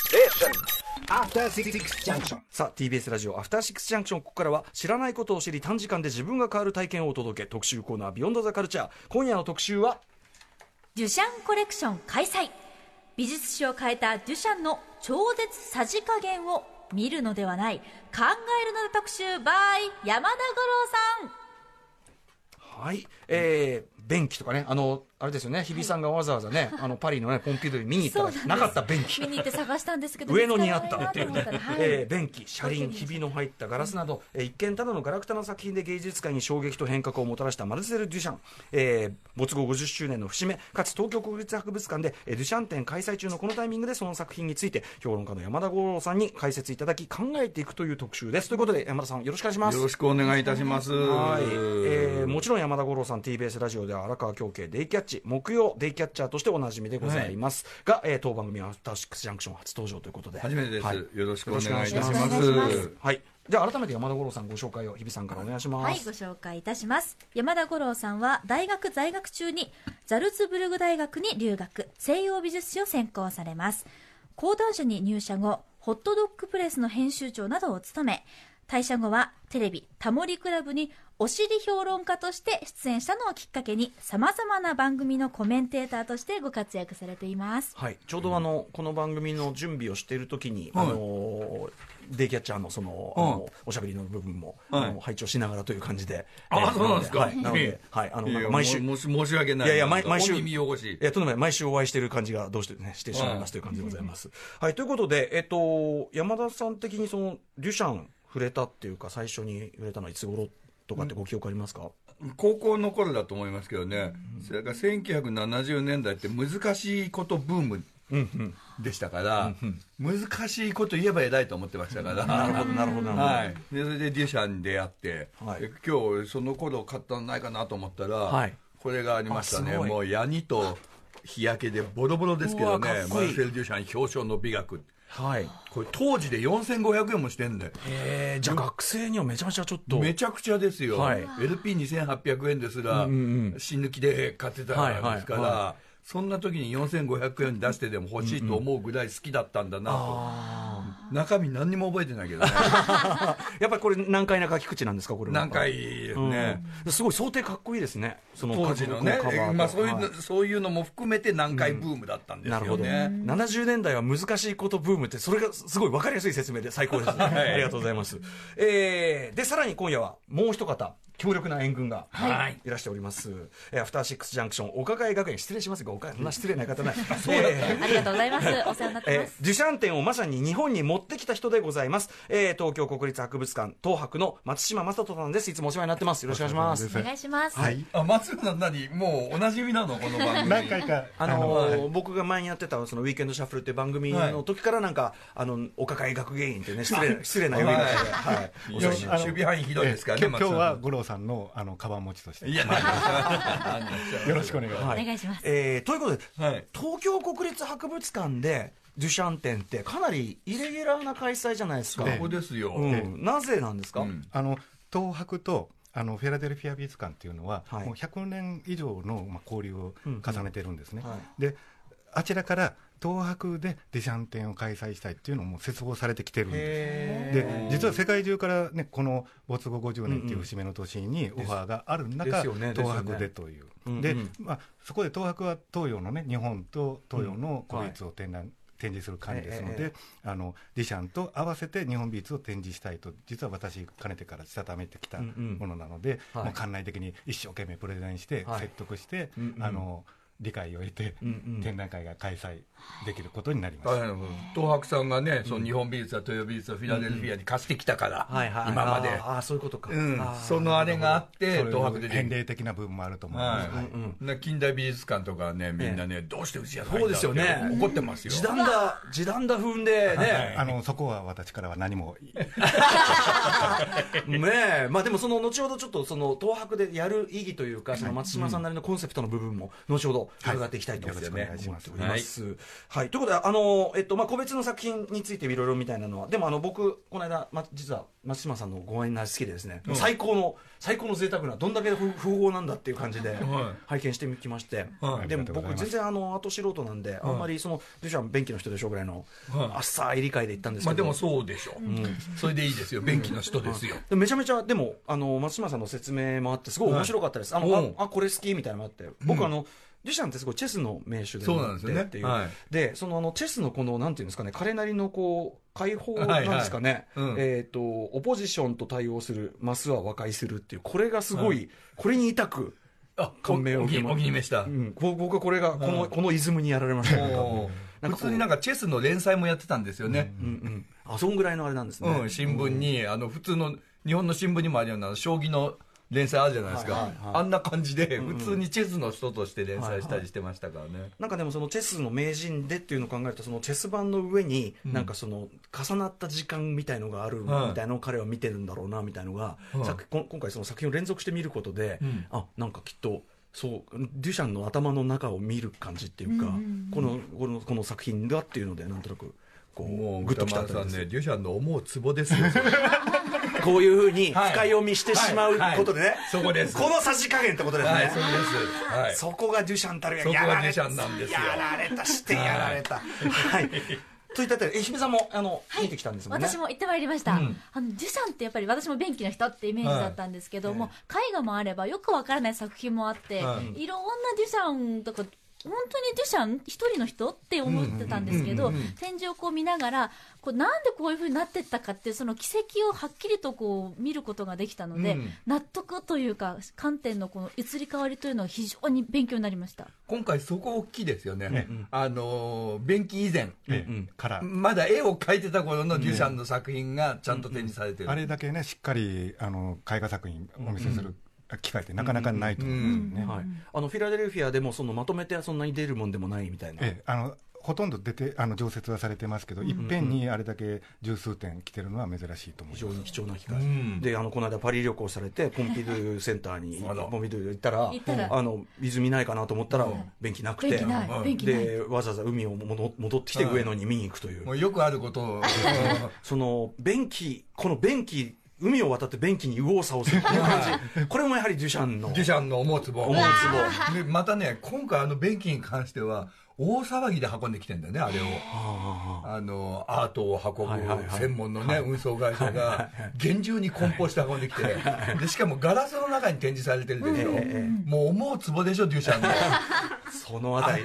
Station. After Six Junction. さあ TBS ラジオアフターシックスジャンクションここからは知らないことを知り短時間で自分が変わる体験をお届け特集コーナービヨンドザカルチャー今夜の特集はデュシャンコレクション開催美術史を変えたデュシャンの超絶さじ加減を見るのではない考えるので特集 by 山田五郎さんはい、えー、便器とかね、あの、あれですよね、日比さんがわざわざね、あの、パリのね、ポンピドゥ見に行ったらそうなんですなかった便器見。に行って探したんですけど上野にあった見つっていかうらないなねと思ったら、はいえー便器、車輪、ひびの入ったガラスなど、えー一見ただのガラクタの作品で芸術界に衝撃と変革をもたらしたマルセル・デュシャン、えー没後50周年の節目、かつ東京国立博物館で、えーデュシャン展開催中のこのタイミングで、その作品について、評論家の山田五郎さんに解説いただき、考えていくという特集です。ということで、山田さん、よろしくお願いします。よろしくお願いいたします。はい、えーもちろん山田五郎さん TBS ラジオでは荒川京慶デイキャッチ木曜デイキャッチャーとしておなじみでございます、が、えー当番組は「アフターシックスジャンクション」初登場ということで初めてです、はいよろしくお願いいたしよろましす。くお願いしますはい、じゃあ改めて山田五郎さんご紹介を日比さんからお願いします、はい、ご紹介いたします。山田五郎さんは大学在学中にザルツブルグ大学に留学、西洋美術史を専攻されます。講談社に入社後、ホットドッグプレスの編集長などを務め、退社後はテレビ、タモリクラブにお尻評論家として出演したのをきっかけに、様々な番組のコメンテーターとしてご活躍されています。はい、ちょうどあの、この番組の準備をしている時に、はいあのデイキャッチャーのその,、あうのんおしゃべりの部分も、はいあの拝聴しながらという感じであーそうなんですかはい、なのいえいえで、はい、あのいなんやか毎週もうもう申し訳ない。いやいや、毎なんか毎週、お耳汚しい。や、とんでもない、毎週お会いしてる感じがどうしてね、してしまいますという感じでございます。はい、ということで、えっと、山田さん的にその、デュシャン触れたっていうか、最初に触れたのはいつ頃とかってご記憶ありますか、高校の頃だと思いますけどね。それから1970年代って難しいことブームでしたから、難しいこと言えば偉いと思ってましたから。なるほど、なるほど、なるほど。はい、でそれでデュシャンに出会って、はいで今日その頃買ったのないかなと思ったら、はいこれがありましたあねすごいもうヤニと日焼けでボロボロですけどねうわかっこマいいルセル・デュシャン表彰の美学はい。これ当時で4500円もしてんだよえー、じゃあ学生にはめちゃめちゃちょっと。めちゃくちゃですよ、はい LP2800 円ですら、死ぬ気で買ってたんですから、はいはいそんな時に4500円出してでも欲しいと思うぐらい好きだったんだなと、中身何にも覚えてないけど ねやっぱりこれ難解な書き口なんですか、これは何回ですね、うんすごい想定かっこいいですね。その当時のねカバー、とまあそういうの、はいそういうのも含めて南海ブームだったんですなるほよど、ね。 70年代は難しいことブームって、それがすごい分かりやすい説明で最高 です、いありがとうございます。えーで、さらに今夜はもう一方、強力な援軍が、はいい、らしております、えーアフターシックスジャンクション、岡貝学園、失礼しますが、岡貝、そんな失礼な方 ない、そうだったありがとうございます。お世話になってまえすー。デュシャン展をまさに日本に持ってきた人でございます、えー東京国立博物館東博の松島正人さんですいつもお世話になってますよろしくお願いしますお願いします。あ、松村さん何もうおなじみなのこの番組。何回かあのー僕が前にやってたその「ウィークエンドシャッフル」っていう番組の時からなんか、あのお抱え学芸員っていうね失礼失礼な呼び方で、はい、いや守備範囲ひどいですからね、今日今日は松五郎さんのあのカバン持ちとして村さんいや、何をおっしゃる何をおっしゃるよろしくお願いします、はお願いしますえーということで、はい東京国立博物館でデュシャン展ってかなりイレギュラーな開催じゃないですか、ここですよ。うん、なぜなんですか、うんあの東博とあのフェラデルフィア美術館っていうのは、はいもう100年以上の、まあ、交流を重ねてるんですね、うんうんはいであちらから東博でデシャン展を開催したいっていうのも切望されてきてるんですで実は世界中から、ね、この没後50年っていう節目の年にオファーがあるで中、すよね東ですよ博ねでという、うんうんでまあ、そこで東博は東洋の、ね、日本と東洋の古美術を展覧、展示する館ですのええで、あのディシャンと合わせて日本美術を展示したいと実は私かねてからしたためてきたうんうんものなので、はいもう館内的に一生懸命プレゼンしてはい説得して、うんうんあの理解を得て、うんうん展覧会が開催できることになりました。あの東博さんがね、その日本美術や東洋美術をフィラデルフィアに貸してきたから、はいはい、今まであ。ーあーそういうことか、うんあー、そのあれがあって、東博でで返き礼的な部分もあると思います。はいな近代美術館とかね、みんなね、どうしてうちやらないんだってそうですよね怒ってますよ。時短だ時短だ踏んでね、あのそこは私からは何も ねえ、まあでもその後ほどちょっとその東博でやる意義というか、その松島さんなりのコンセプトの部分も後ほどを伺っていきたいと思っておりよろしくお願いしますます。はい、ということで、あのえっとまあ、個別の作品についていろいろみたいなのは、でもあの僕、この間、ま、実は松島さんのご演な好きでですね、最高の、最高の贅沢な、どんだけ富富豪なんだっていう感じでは拝見してきまして、はいでもありがとうござい僕、ます全然あの後素人なんで、あんまりその、デュシャン、便器の人でしょうぐらいの、はい浅い理解で行ったんですけまど、あでもそうでしょう、それでいいですよ便器の人ですよ、でもめちゃめちゃでもあの松島さんの説明もあってすごい面白かったです、あうのんああこれ好きみたいなのもあって僕、あのデュシャンってすごいチェスの名手でそうなんですよねっていう、はいでそのあのチェスのこのなんていうんですかね彼なりのこう解放なんですかね、はいはいうんえっ、とオポジションと対応するマスは和解するっていうこれがすごい、これに痛く、あ感銘をお受気けにまお気に召した、うん、こう僕はこれがこの,、はいこのイズムにやられましたなんかおーなん普かこう通になんかチェスの連載もやってたんですよね、うんうんあそんぐらいのあれなんですね、うん、新聞に、あの普通の日本の新聞にもあるような将棋の連載あるじゃないですか、はいはいはいあんな感じで、普通に地図の人として連載したりしてましたからね、なんかでもそのチェスの名人でっていうのを考えるとそのチェス盤の上にうんなんかその重なった時間みたいのがあるみはいたいのを彼は見てるんだろうなみたいのが、はいさっきこん今回その作品を連続して見ることで、うんあなんかきっとそうデュシャンの頭の中を見る感じっていうか、うんうんうんこのこのこの作品だっていうのでなんとなくこうもうグッ歌ときたん丸でさんすね、デュシャンの思うツ ボですよ、こういうふうにはい深読みしてしまうことでね、はいはいそこですのさじ加減ってことですね、はい、そうです、はい、そこがデュシャンたるやそこがやらデれュシたャンなんですよやられたしてやられたはいといったあたり愛媛さんもあの見てきたんですもんね私も行ってまいりました、うんあのデュシャンってやっぱり私も便器の人ってイメージだったんですけども、絵画もあればよくわからない作品もあって、、はいろんなデュシャンとか本当にデュシャン一人の人って思ってたんですけど、うんうんうんうん展示をこう見ながらこうなんでこういうふうになってったかっていうその軌跡をはっきりとこう見ることができたので、うん納得というか観点のこの移り変わりというのは非常に勉強になりました。今回、そこ大きいですよね、えあのー便器以前、ええから、まだ絵を描いてた頃のデュシャンの作品がちゃんと展示されてる、あれだけね、しっかりあの絵画作品お見せする機会ってなかなかないと思うんですよね。はい、あのフィラデルフィアでもそのまとめてそんなに出るもんでもないみたいな、ええ、あのほとんど出てあの常設はされてますけど、いっぺんにあれだけ十数点来てるのは珍しいと思非いま常す。に貴重な機会、うんであのこの間パリ旅行されてポンピドゥセンター にあらポンピドゥ行ったら行ったらあの水見ないかなと思ったら便器なくて便器ないうん便器ないでわざわざ海を戻戻ってきて上野に見に行くという、もうよくあること を、その便器この便器海を渡って便器に右往左往するこの感じこれもやはりデュシャンのデュシャンの思うツボ思うツでまたね今回あの便器に関しては大騒ぎで運んできてんだよねあれをあのアートを運はいはいぶはい専門のね運送会社が厳重に梱包して運んできてでしかもガラスの中に展示されてるでしょええもう思うツボでしょデュシャンのそのあたり、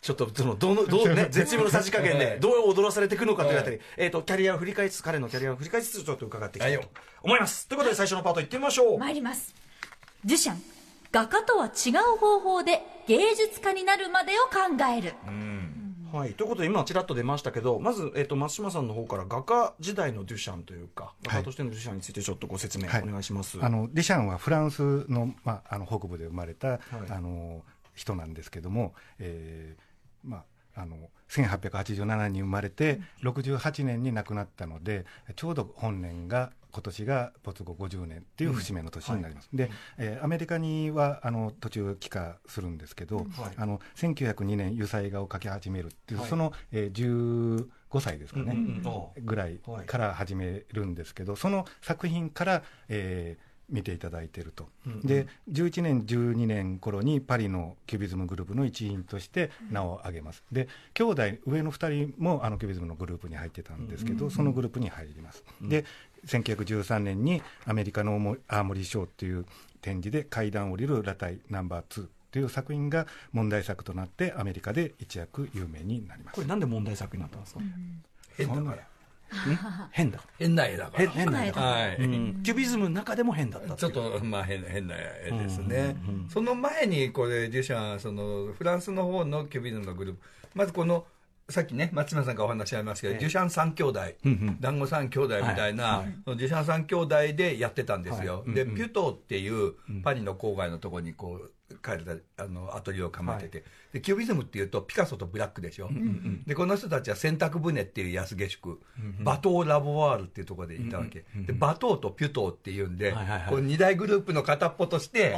ちょっとそのどの どう、ね、絶妙のさじ加減で、どう踊らされていくのかというあたり、えー、とキャリアを振り返りつつ、彼のキャリアを振り返りつつ、ちょっと伺っていきたいと思います。ということで、最初のパート、いってみましょう。参りますデュシャン画家とは違う方法で芸術家になるまでを考えるはい、ということで、今、ちらっと出ましたけど、まず、えー、と松島さんの方から、画家時代のデュシャンというか、画家としてのデュシャンについて、ちょっとご説明、はいお願いします。あのディシャンはフランスの,、まあ、あの北部で生まれた、いあの人なんですけども、えーまあ、あの1887年に生まれて、68年に亡くなったのでちょうど本年が今年が没後50年っていう節目の年になります、で、えーアメリカにはあの途中帰化するんですけど、はいあの1902年油彩画を描き始めるっていう、はいその、えー15歳ですかうんね、うんうんあぐらいから始めるんですけど、その作品から、えー見ていただいてると、うんで11年12年頃にパリのキュビズムグループの一員として名を挙げますで兄弟上の2人もあのキュビズムのグループに入ってたんですけど、そのグループに入ります、で1913年にアメリカのモアーモリーショーっていう展示で階段を降りる裸体ナンバー2という作品が問題作となってアメリカで一躍有名になりますこれ、なんで問題作になったんですか、変だから変だ。変な絵だか変ら変な絵だからはいうんキュビズムの中でも変だったってちいょっうと、まあ、変変な絵ですね、その前にこれデュシャンそのフランスの方のキュビズムのグループまずこのさっきね松島さんからお話しありましたけど、デュシャン三兄弟、団子三兄弟みたいな、そのデュシャン三兄弟でやってたんですよ、でピュトーっていうパリの郊外のところにこう帰るあのアトリエを構えてて、でキュビズムっていうとピカソとブラックでしょ、でこの人たちは洗濯船っていう安下宿、バトー・ラボワールっていうところでいたわけ、でバトーとピュトーっていうんで、はいはいはいこう二大グループの片っぽとして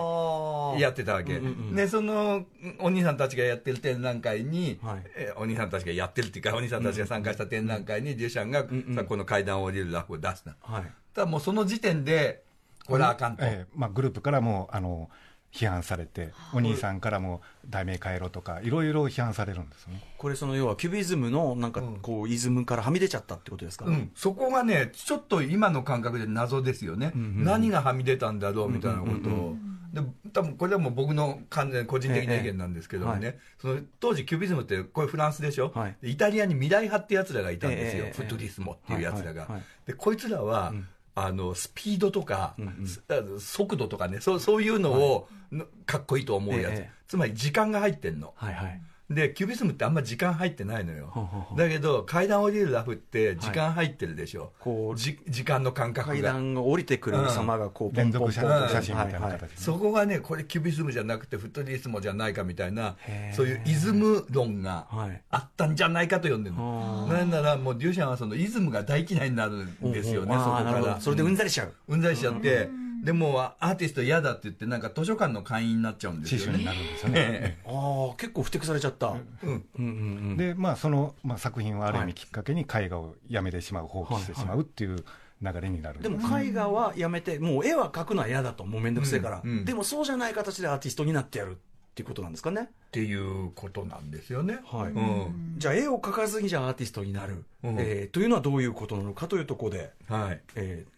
やってたわけ、でそのお兄さんたちがやってる展覧会に、はいえーお兄さんたちがやってるっていうかお兄さんたちが参加した展覧会にデュシャンが、さこの階段を降りるラフを出すな、はいただもうその時点でこれはあかんと、ええまあ、グループからもあの批判されて、お兄さんからも題名変えろとか、いろいろ批判されるんですよね。これその要はキュビズムのなんかこうイズムからはみ出ちゃったってことですか、うん、そこがね、ちょっと今の感覚で謎ですよね、何がはみ出たんだろうみたいなことを、で多分これはもう僕の完全個人的な意見なんですけどもね、えその当時、キュビズムって、これフランスでしょ、はいでイタリアに未来派ってやつらがいたんですよ、ええええフットリスモっていうやつらが。はいはいはいでこいつらは、あのスピードとか、すあの速度とかねそうそういうのを、のかっこいいと思うやつ、ええつまり時間が入ってんの、はいはいでキュビスムってあんま時間入ってないのよほうほうほうだけど階段降りるラフって時間入ってるでしょ、こうじ時間の感覚が階段が降りてくる様がこうポン連ポンポン続ポ写ン真写真みたいなは形はで、そこがねこれキュビスムじゃなくてフットリスムじゃないかみたいなへーそういうイズム論がはいあったんじゃないかと呼んでるの、なんならもうデュシャンはそのイズムが大嫌いになるんですよね、うんうんそこあーなかるほらどそれでうんざりしちゃう、うんざりしちゃって、でもうアーティスト嫌だって言ってなんか図書館の会員になっちゃうんです刺よ繍にねなるんですよね。ああ結構不適されちゃった、 うんうんうんうんで、まあ、その、まあ、作品をある意は味いきっかけに絵画をやめてしまう、放棄してしまうっていう流れになるんでですも絵画はやめて、もう絵は描くのは嫌だと、もうめんどくせえから、うんうんでもそうじゃない形でアーティストになってやるっていうことなんですかね。っていうことなんですよね、はいうんじゃあ、絵を描かずにじゃあアーティストになる、うんえーというのはどういうことなのかというところで、はいえー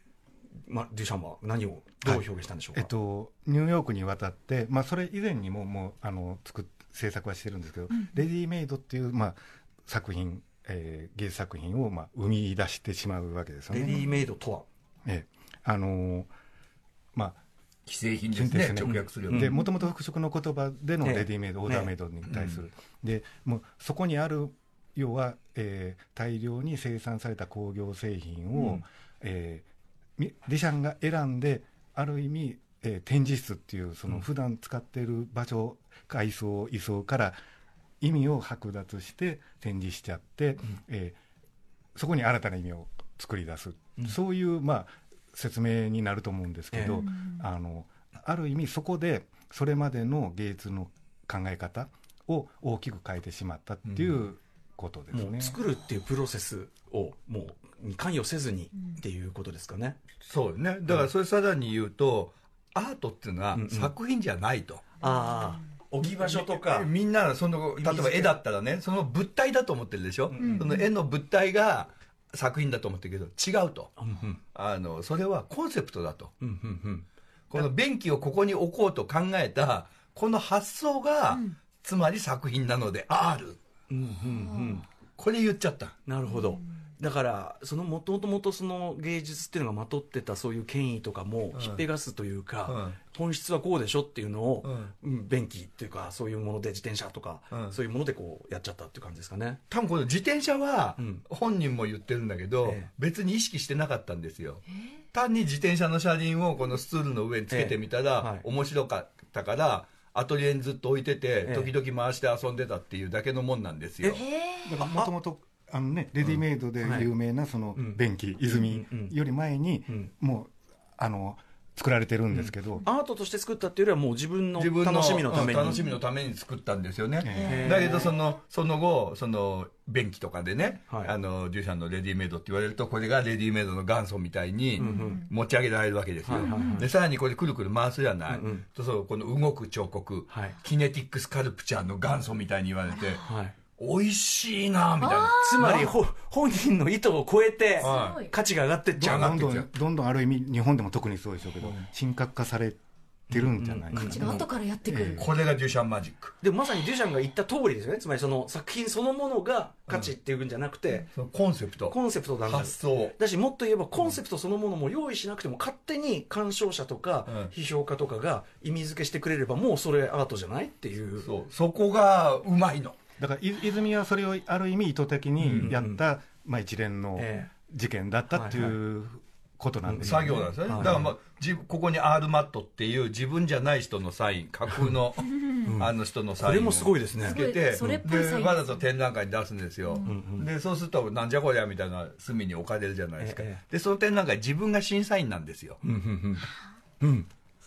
ま、デュシャンは何をどう表現したんでしょうか。えっと、ニューヨークに渡って、まあ、それ以前にももうあの作っ制作はしてるんですけど、レディメイドっていう、まあ、作品、えー芸術作品を、まあ、生み出してしまうわけですよレディね。メイドとは、ええあのーまあ既製品ですねですね直訳するよね、でもともと服飾の言葉でのええレディメイド、オーダーメイドに対する、でもうそこにある要は、えー大量に生産された工業製品を、うんえーみディシャンが選んである意味、えー展示室っていうその普段使っている場所階層位層から意味を剥奪して展示しちゃって、えーそこに新たな意味を作り出す、そういう、まあ、説明になると思うんですけど、あのある意味そこでそれまでの芸術の考え方を大きく変えてしまったっていうことですね。もう作るっていうプロセスをもうに関与せずにっていうことですかね。そうね。だからそれさらに言うと、アートっていうのはんうん作品じゃないと。ああ、置き場所とか、みんな、その、例えば絵だったらね、その物体だと思ってるでしょ、その絵の物体が作品だと思ってるけど、違うと。うんうんあの、それはコンセプトだと。うんうんうんこの便器をここに置こうと考えた、この発想が、つまり作品なのである。うんうんうんこれ言っちゃった。なるほど、だからそのもともとその芸術っていうのがまとってたそういう権威とかもひっぺがすというか、うん本質はこうでしょっていうのを、ううん便器っていうかそういうもので自転車とか、うんそういうものでこうやっちゃったっていう感じですかね。多分この自転車はうん本人も言ってるんだけど、ええ別に意識してなかったんですよ、単に自転車の車輪をこのスツールの上につけてみたら、ええはい面白かったからアトリエにずっと置いてて、ええ時々回して遊んでたっていうだけのもんなんですよだからもともとあのね、レディメイドで有名なその便器、泉うんうんより前にん、もうあの作られてるんですけど、アートとして作ったっていうよりはもう自分の自分の楽しみのために、うん楽しみのために作ったんですよね、ええだけどそのその後その便器とかでね、はいあのデュシャンのレディメイドって言われるとこれがレディメイドの元祖みたいに持ち上げられるわけですよ、はいはいはいでさらにこれくるくる回すじゃない、うんうんとそうこの動く彫刻、はいキネティックスカルプチャーの元祖みたいに言われてはい、美味しいなみたいなつまりほ本人の意図を超えてはすごい価値が上がってっちゃう上がどっんてどきちゃうんどんどんある意味日本でも特にそうでしょうけど、神格化されてるんじゃないかな、うんうん違う後からやってくる、これがデュシャンマジックでもまさにデュシャンが言った通りですよねつまりその作品そのものが価値っていうんじゃなくて、そのコンセプトコンセプトなんだ発想だしもっと言えばコンセプトそのものも用意しなくても勝手に鑑賞者とかうん批評家とかが意味付けしてくれればもうそれアートじゃないっていうそうそこがうまいのだからい泉はそれをある意味意図的にやった、まあ、一連のええ事件だったっていうことなんですよ作ね業なんですよね、はいだから、まあ、じここに R マットっていう自分じゃない人の サイン架空のあの人のサインこをれもすごいですねつけてすごいそれっぽいサインですねでわざと展覧会に出すんですよ、でそうするとなんじゃこりゃみたいな隅に置かれるじゃないですか、ええでその展覧会自分が審査員なんですよ、うん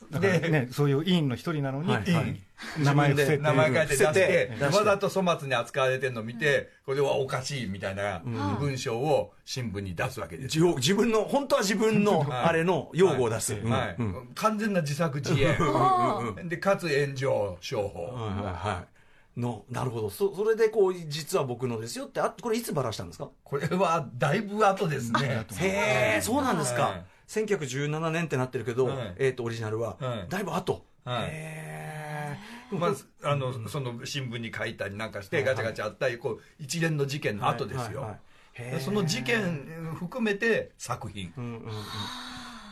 だからでね、そういう委員の一人なのに、はいいいはい名前伏せて名前書いて出し伏せてて出してわざと粗末に扱われてるのを見て、これはおかしいみたいな文章を新聞に出すわけです自自分の本当は自分の はいあれの用語を出す、はいうんはいうん完全な自作自演あーでかつ炎上商法、はいはいはいのなるほどそそれでこう実は僕のですよってあこれいつばらしたんですかこれはだいぶ後ですねへえそうなんですか、はい1917年ってなってるけど、はいえー、とオリジナルは、はいだいぶ後、はいへえまあ、あのその新聞に書いたりなんかしてガチャガチャあったりこう一連の事件の後ではすよ、いはいはいへえその事件含めて作品、うんうんうん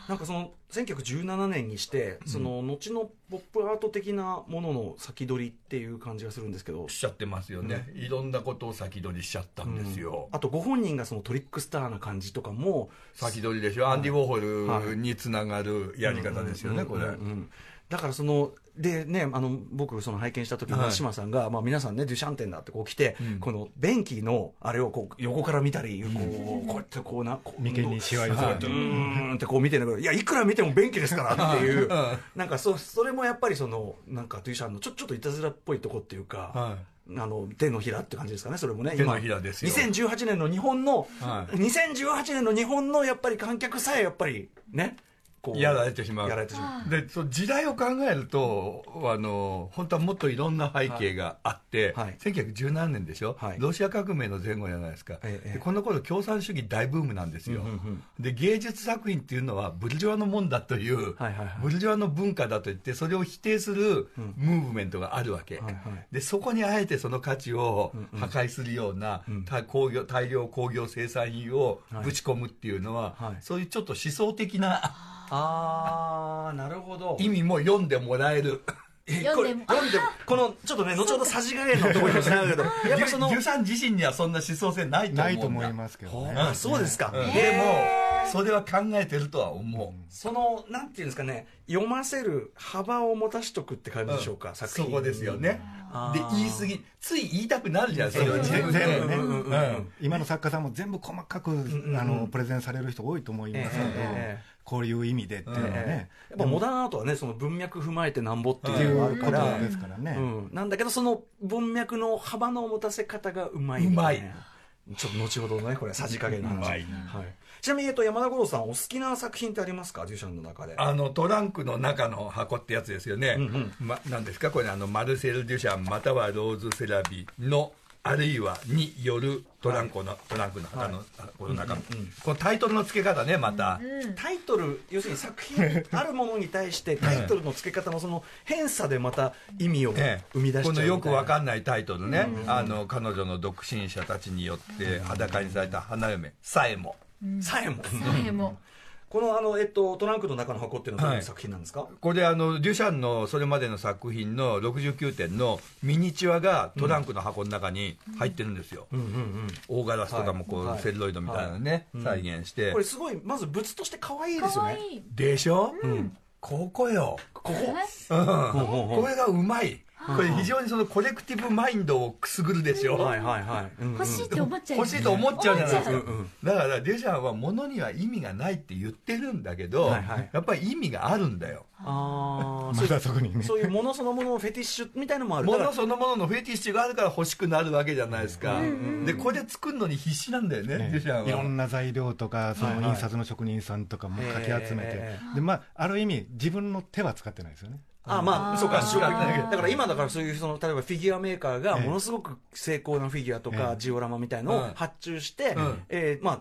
なんかその1917年にしてその後のポップアート的なものの先取りっていう感じがするんですけど、しちゃってますよね、いろんなことを先取りしちゃったんですよ、あとご本人がそのトリックスターな感じとかも先取りでしょアンディ・ウォーホルにつながるやり方ですよね、これ、うんうんうんだからそのでねあの僕その拝見した時にはい松島さんが、まあ、皆さんねデュシャンテンだってこう来て、うんこの便器のあれをこう横から見たりこうこうやってこうなこう眉間にしわ寄せこうやってうーんってこう見てるけどいやいくら見ても便器ですからって いうはなんかそそれもやっぱりそのなんかデュシャンのちょちょっといたずらっぽいとこっていうか。はあの手のひらって感じですかね、それもね、手のひらですよ2018年の日本の、はい2018年の日本のやっぱり観客さえやっぱりね、こやられてしまうやられてしまう。いでそう時代を考えるとあの本当はもっといろんな背景があって、はいはい1917年でしょ、はいロシア革命の前後じゃないですか、ええでこの頃共産主義大ブームなんですよ、うんうんで芸術作品っていうのはブルジョワのもんだという、はいはいはいブルジョワの文化だと言ってそれを否定するんムーブメントがあるわけ、はいはいでそこにあえてその価値を破壊するような、た工業大量工業生産品をぶち込むっていうのは、はいそういうちょっと思想的なあー、なるほど。意味も読んでもらえる。え読んでもこれ読んでもこの、ちょっとね、後ほどさじ加減のところにもつながるけど、やっぱ その、牛さん自身にはそんな思想性ないと思うんだないと思いますけどね。あそうですか。うでんでもそれは考えてるとは思その、なんていうんですかね、読ませる幅を持たしとくって感う、じでしょうか、作品。そこですよねあでー言い過ぎつい言いたくなるじゃんそれは自分で全部ねうんうんうん今の作家さんも全部細かく、うんあのプレゼンされる人多いと思いますけど、ええええこういう意味でっていうのはねえ、えやっぱモダンアートはね、その文脈踏まえてなんぼってっていいうのうこがあとるから、ですからね、うん、なんだけどその文脈の幅の持たせ方がうまい、うまいちょっと後ほどのねこれはさじ加減の話、うまはいい、ちなみに、えっと、山田五郎さんお好きな作品ってありますかデュシャンの中であのトランクの中の箱ってやつですよね、ま、なんですかこれあのマルセル・デュシャンまたはローズ・セラビのあるいはによるトランクの、トランクの中の,、この中の、このタイトルの付け方ねまた、タイトル要するに作品あるものに対してタイトルの付け方のその偏差でまた意味をええ生み出しちゃうこみのたいなよくわかんないタイトルね、あの彼女の独身者たちによって裸にされた花嫁さえもさえも大変も このあの、えっと、トランクの中の箱っていうのはどういはうい作品なんですか、これあのデュシャンのそれまでの作品の69点のミニチュアがトランクの箱の中に入ってるんですよ、うんうんうん大ガラスとかもこう、はいセルロイドみたいなのね、再現してこれすごいまず物として可愛いですかよわねいいでしょ、ここよここうんうんうんこれがうまいこれ非常にそのコレクティブマインドをくすぐるでしょ、はいはいはい、うんうん欲しいって思っちゃいま欲すしいと思っちゃうじゃないですか、思うんうんだからデュシャンは物には意味がないって言ってるんだけど、はいはいやっぱり意味があるんだよああ まだそこにね、そういうものそのもののフェティッシュみたいのもあるだか物らそのもののフェティッシュがあるから欲しくなるわけじゃないですか、でこれ作るのに必死なんだよね、ねデュシャンはいろんな材料とか、そはいのはい印刷の職人さんとかもかき集めて、えでまあ、ある意味、自分の手は使ってないですよね、あまあそうかあーそうかだから今だからそういうその例えばフィギュアメーカーがええものすごく精巧なフィギュアとかええジオラマみたいのをうん発注して、うんえーまあ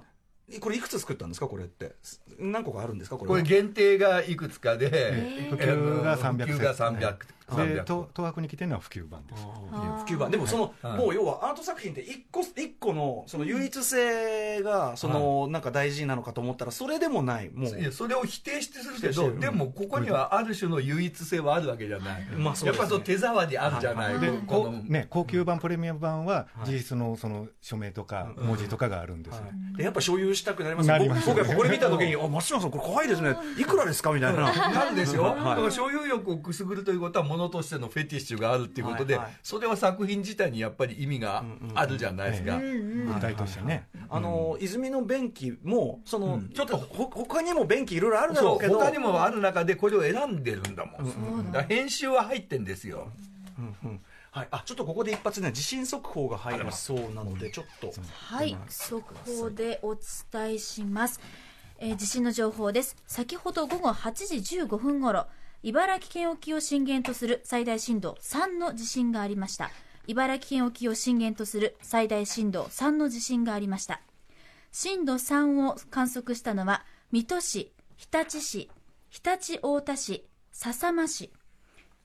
これいくつ作ったんですかこれって何個かあるんですかこれこはれ限定がいくつかで、ええ普及が300普及が300はいで東東博に来てるのは普及版です。あーキューバでもその、はいもう要はアート作品って一個一個のその唯一性がその、なんか大事なのかと思ったらそれでもないもういやそれを否定してするけしてるど、でもここにはある種の唯一性はあるわけじゃない、まあそうやでっすねぱそう手触りあるじゃない、はいではいここのうね、高級版、プレミアム版ははい事実のその署名とかうん文字とかがあるんですよ、はいでやっぱ所有したくなりますなります僕僕やっぱこれ見た時に「あ松島さんこれ怖いですねいくらですか?」みたいな。なんですよ、はいだから所有欲をくすぐるということは、ものとしてのフェティッシュがあるっていうことで、はいはいそれは作品自体にやっぱり意味があるじゃないですか。うん具体としてね、あの泉の便器もその、うんちょっとほ他にも便器いろいろあるだろそうけうど他にもある中でこれを選んでるんだもん、だから編集は入ってんですよ、はい、あちょっとここで一発ね地震速報が入りそうなのでちょっとはい、速報でお伝えします、えー地震の情報です先ほど午後8時15分ごろ茨城県沖を震源とする最大震度3の地震がありました茨城県沖を震源とする最大震度3の地震がありました震度3を観測したのは水戸市日立市常陸太田市笹間市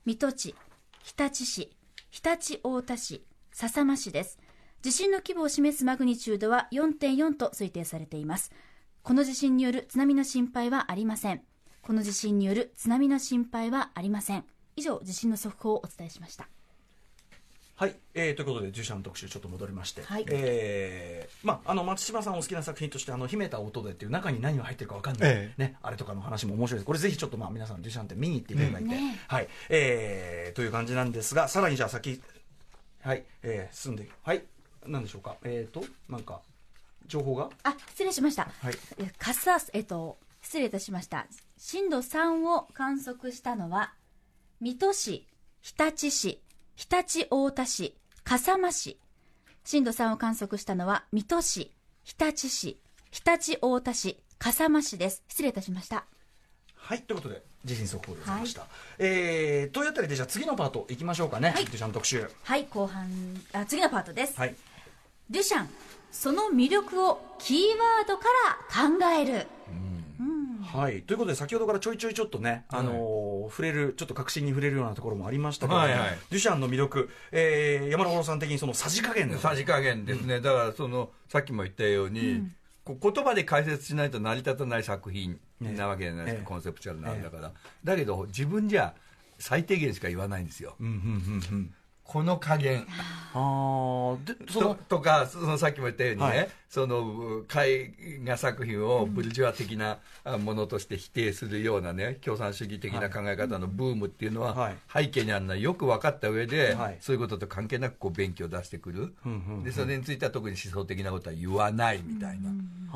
水戸市、日立市、常陸太田市、笹間市です。地震の規模を示すマグニチュードは4.4と推定されています。この地震による津波の心配はありません。この地震による津波の心配はありません。以上、地震の速報をお伝えしました。はい、えーということで従者の特集ちょっと戻りまして、はいえーまああの松島さんお好きな作品としてあの秘めた音でっていう中に何が入ってるかわかんない、ええねあれとかの話も面白いです。これぜひちょっとまあ皆さん従者って見に行っていただいて、ねはい、えーという感じなんですが、さらにじゃあ先はい、えー進んではいなんでしょうか、えーとなんか情報があ、失礼しました。はいえーカスアス、えっと、失礼いたしました。震度3を観測したのは、水戸市、日立市、常陸太田市、笠間市。震度3を観測したのは、水戸市、日立市、常陸太田市、笠間市です。失礼いたしました。はいということで地震速報でございました。えーというあたりでじゃあ次のパート行きましょうかね。はい従者の特集はい、後半、あ、次のパートです。はい。デュシャン、その魅力をキーワードから考える。はい、ということで先ほどからちょいちょいちょっとね、あのー触れるちょっと確信に触れるようなところもありましたけど、はいはいデュシャンの魅力、えー、山田五郎さん的にそのさじ加減のさじ加減ですね、だからそのさっきも言ったように、こう言葉で解説しないと成り立たない作品なわけじゃないですか、ええコンセプチュアルなんだから、だけど自分じゃ最低限しか言わないんですよ、うんうんうんうんこの加減あーでそとのとかそのさっきも言ったようにね、はいその絵画作品をブルジュア的なあものとして否定するようなね共産主義的な考え方のブームっていうのははい背景にあるのはよく分かった上で、はいそういうことと関係なくこう勉強を出してくる、うんうんうんでそれについては特に思想的なことは言わないみたいな。感じ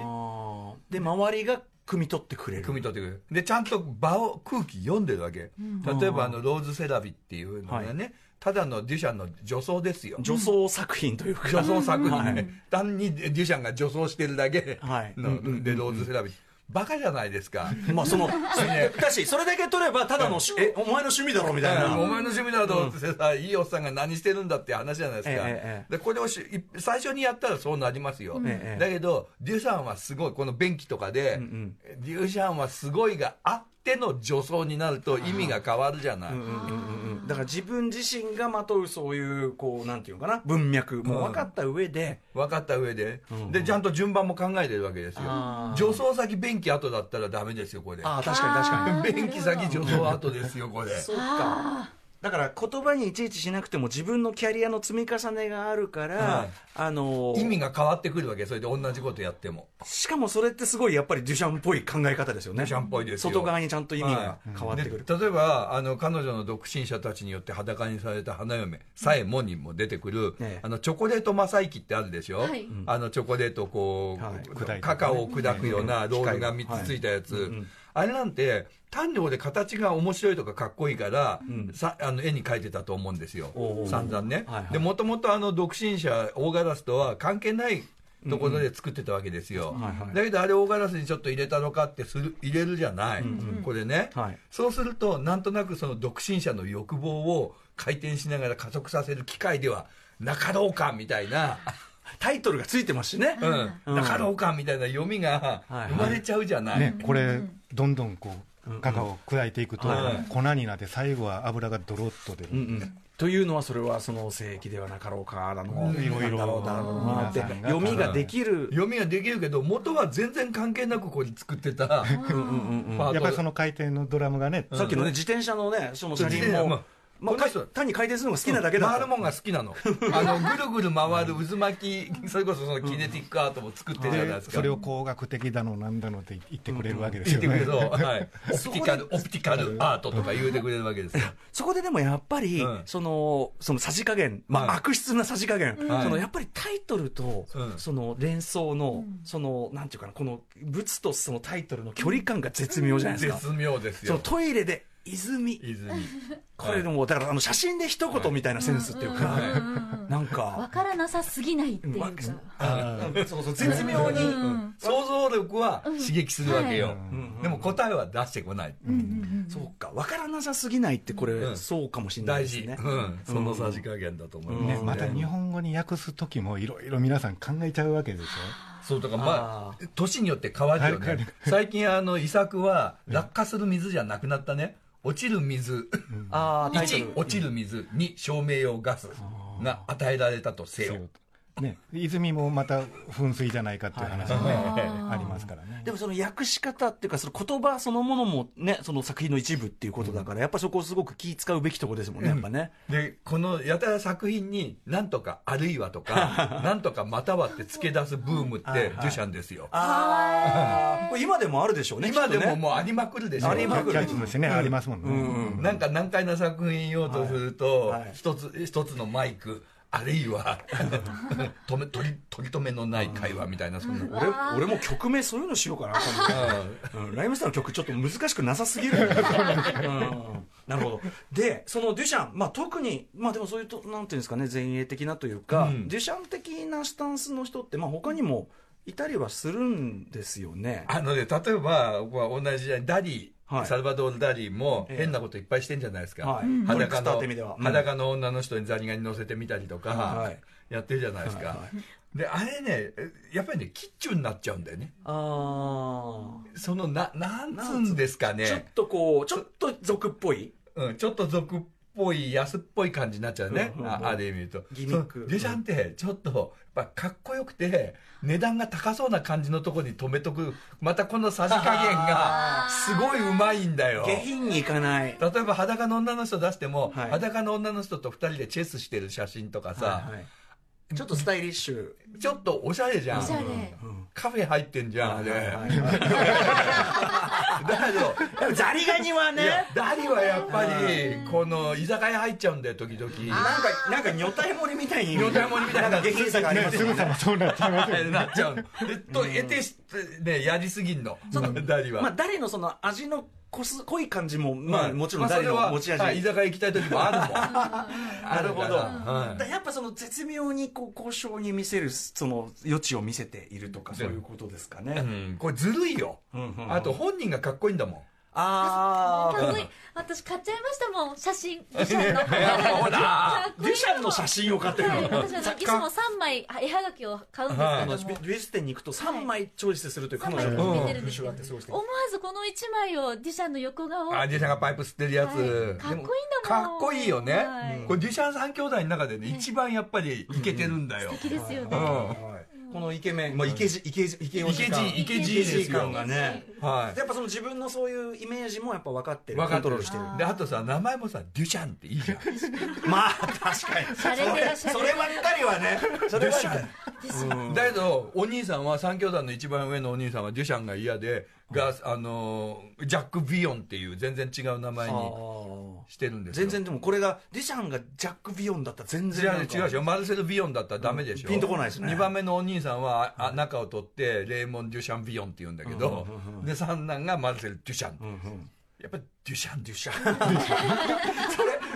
あーで周りが汲み取ってくれる汲み取ってくるでちゃんと場を空気読んでるわけ、例えばあのローズ・セラビっていうのがね、ただのデュシャンの女装ですよ女装作品というか、女装作は品いね、単にデュシャンが女装してるだけはいの、でローズ・セラビバカじゃないですかまあそのそれだしそれだけ取ればただのし、えお前の趣 味だろみおたいな、前の趣味だろうってさ、いいおっさんが何してるんだって話じゃないですか、えええでこれをしい最初にやったらそうなりますよ、ええだけどデュシャンはすごいこの便器とかで、んデュシャンはすごいがあっての女装になると意味が変わるじゃない、うんうんうんうんだから自分自身がまとうそういうこうなんていうのかな文脈も分かった上で、分かった上で、でちゃんと順番も考えてるわけですよあー女装先便器後だったらダメですよこれああ確かに確かにあー 便器先女装後ですよこれ そうか。だから言葉にいちいちしなくても自分のキャリアの積み重ねがあるから、はいあのー意味が変わってくるわけそれで同じことやってもしかもそれってすごいやっぱりデュシャンっぽい考え方ですよねデュシャンっぽいですよ外側にちゃんと意味が変わってくる、で例えばあの彼女の独身者たちによって裸にされた花嫁さえもにも出てくる、ええあのチョコレートマサイキってあるでしょ、はいあのチョコレートこう、はい砕いてねカカオを砕くようなうんロールが機械3がつついたやつ、はいうんうんあれなんて単に俺形が面白いとかかっこいいから、んさあの絵に描いてたと思うんですよおー散々ね、はいはいでもともとあの独身者大ガラスとは関係ないところで作ってたわけですよ、はいはいだけどあれ大ガラスにちょっと入れたのかってする入れるじゃない、これね、はいそうするとなんとなくその独身者の欲望を回転しながら加速させる機会ではなかろうかみたいな、タイトルがついてますしね、うんうんなかろうかみたいな読みがはいはい生まれちゃうじゃない、ね、これ、どんどんこうカカオを砕いていくとはい粉になって最後は油がドロッと出る、というのはそれはその聖域ではなかろうかだの、いろいろなんだろうだろうなって皆さんが読みができる、読みはできるけど元は全然関係なくここに作って たパートやっぱりその回転のドラムがね、さっきのね自転車のねその車輪自転車まもあ、まあ、この人か単に回転するのが好きなだけだ回るもんが好き なのあのぐるぐる回る渦巻きそれこそそのキネティックアートも作ってるじゃないでですかそれを工学的だのなんだのって言ってくれるわけです言っよてくれねる。と、はい、オプティカルオプティカルアートとか言うてくれるわけですよそこででもやっぱり、うんそのそのさじ加減、まあはい悪質なさじ加減、はいそのやっぱりタイトルと、うんその連想の、そのなんていうかなこの物とそのタイトルの距離感が絶妙じゃないですか、絶妙ですそのよトイレで泉泉これでもだからあの写真で一言みたいなセンスっていうか、はいなんかわからなさすぎないっていうわか。あそうそう絶妙に、うん想像力は刺激するわけよ、んでも答えは出してこない、そうかわからなさすぎないってこれ、うんそうかもしれない大です事、ね。うん、そのさじ加減だと思います、ね、また日本語に訳す時もいろいろ皆さん考えちゃうわけですよ。そうだからまあ年によって変わるよ変わね最近あの遺作は落下する水じゃなくなったね落ちる水あータイトル1落ちる水2照明用ガスが与えられたとせよね、泉もまた噴水じゃないかっていう話もね、ありますからねで。もその訳し方っていうかその言葉そのものもねその作品の一部っていうことだから、やっぱそこをすごく気使うべきところですもんねやっぱね、でこのやたら作品に「なんとかあるいは」とか「なんとかまたは」って付け出すブームってデュシャンですよああこれ今でもあるでしょうね今できっともねもうありまくるでしょありキまャくるッチとしてね、ありますもんね。なんか難解な作品用とすると、はいはい一つ一つのマイクあるいは 止め取り取り留めのない会話みたいなそんな、俺俺も曲名そういうのしようかな、 うん、ライムスターの曲ちょっと難しくなさすぎる、うん、なるほどでそのデュシャン、まあ、特にまあでもそういうとなんていうんですかね前衛的なというか、うんデュシャン的なスタンスの人って、まあ、他にもいたりはするんですよねあのね例えば僕は同じ時代にダリー、はいサルバドール・ダリーもええ変なこといっぱいしてんじゃないですか、はいうん裸トリックスターっのて意味ではうん裸の女の人にザリガニ乗せてみたりとか、はいやってるじゃないですか、はいはであれねやっぱりねキッチュになっちゃうんだよねああそのななんつうんですかねちょっとこう、ちょっと俗っぽい。うん、ちょっと俗っぽい安っぽい感じになっちゃうね、うんうんうんあある意味言うとギミックそうデュシャンってちょっとやっぱかっこよくて値段が高そうな感じのとこに止めとくまたこのさじ加減がすごいうまいんだよ下品にいかない。例えば裸の女の人出しても、はい裸の女の人と2人でチェスしてる写真とかさ、はいはいちょっとスタイリッシュ。ちょっとおしゃれじゃんおしゃれカフェ入ってんじゃんあれ、はいだけどでもザリガニはいやね、ダリはやっぱりこの居酒屋入っちゃうんだよ時々なんか、なんか女体盛りみたいに。女体盛りみたいななんか下品さがありますすよぐね。さまそうなっ ちゃいますよね。なっちゃうの。で、と、得てして、ね、やりすぎんの。ダリは。まあ、誰のその味の濃す濃い感じも、まあ、もちろんそ誰れのは持ちはい居味。酒屋行きたい時もあるもん。なるほど。あからだはいからやっぱその絶妙にこう交渉に見せる、その余地を見せているとか、そういうことですかうね。んこれずるいよんうんう。んあと本人がかっこいいんだもん。あかあっこいい。私買っちゃいましたもん、写真。デュシャンの。ほらかっこいいデュシャンの写真を買ってるはい、の。私はいつも3枚絵はがきを買うんでますあけども、美美術展に行くと3枚チョイスするという彼女3枚の決めてるん風ですけ習ど、があってすごい素敵思わずこの1枚をデュシャンの横顔をあ、デュシャンがパイプ吸ってるやはいつ。かっこいいんだもんでかっこいいよねはい。これデュシャン三兄弟の中でね、一番やっぱりイケてるんだよ。好きですようね。ん。このイケメン、もうイケジ、イケジ、イケオジ感。イケジイケジですよ感がね。はい。やっぱその自分のそういうイメージもやっぱ分かってる。分かコっントロールしてる。で、あとさ、名前もさ、デュシャンっていいじゃん。まあ、 確かに。洒落てらっしゃるそればっかりはね、それはね、だけどお兄さんは三兄弟の一番上のお兄さんはデュシャンが嫌で、があのージャック・ビヨンっていう全然違う名前にしてるんですよ全然でもこれが、ディシャンがジャック・ビヨンだったら全違然うなんか違うでしょマルセル・ビヨンだったらダメでしょ、ピンとこないですね2番目のお兄さんはあ中を取ってレーモン・デュシャン・ビヨンって言うんだけど、で三男がマルセル・デュシャン、やっぱりデュシャンデュシャン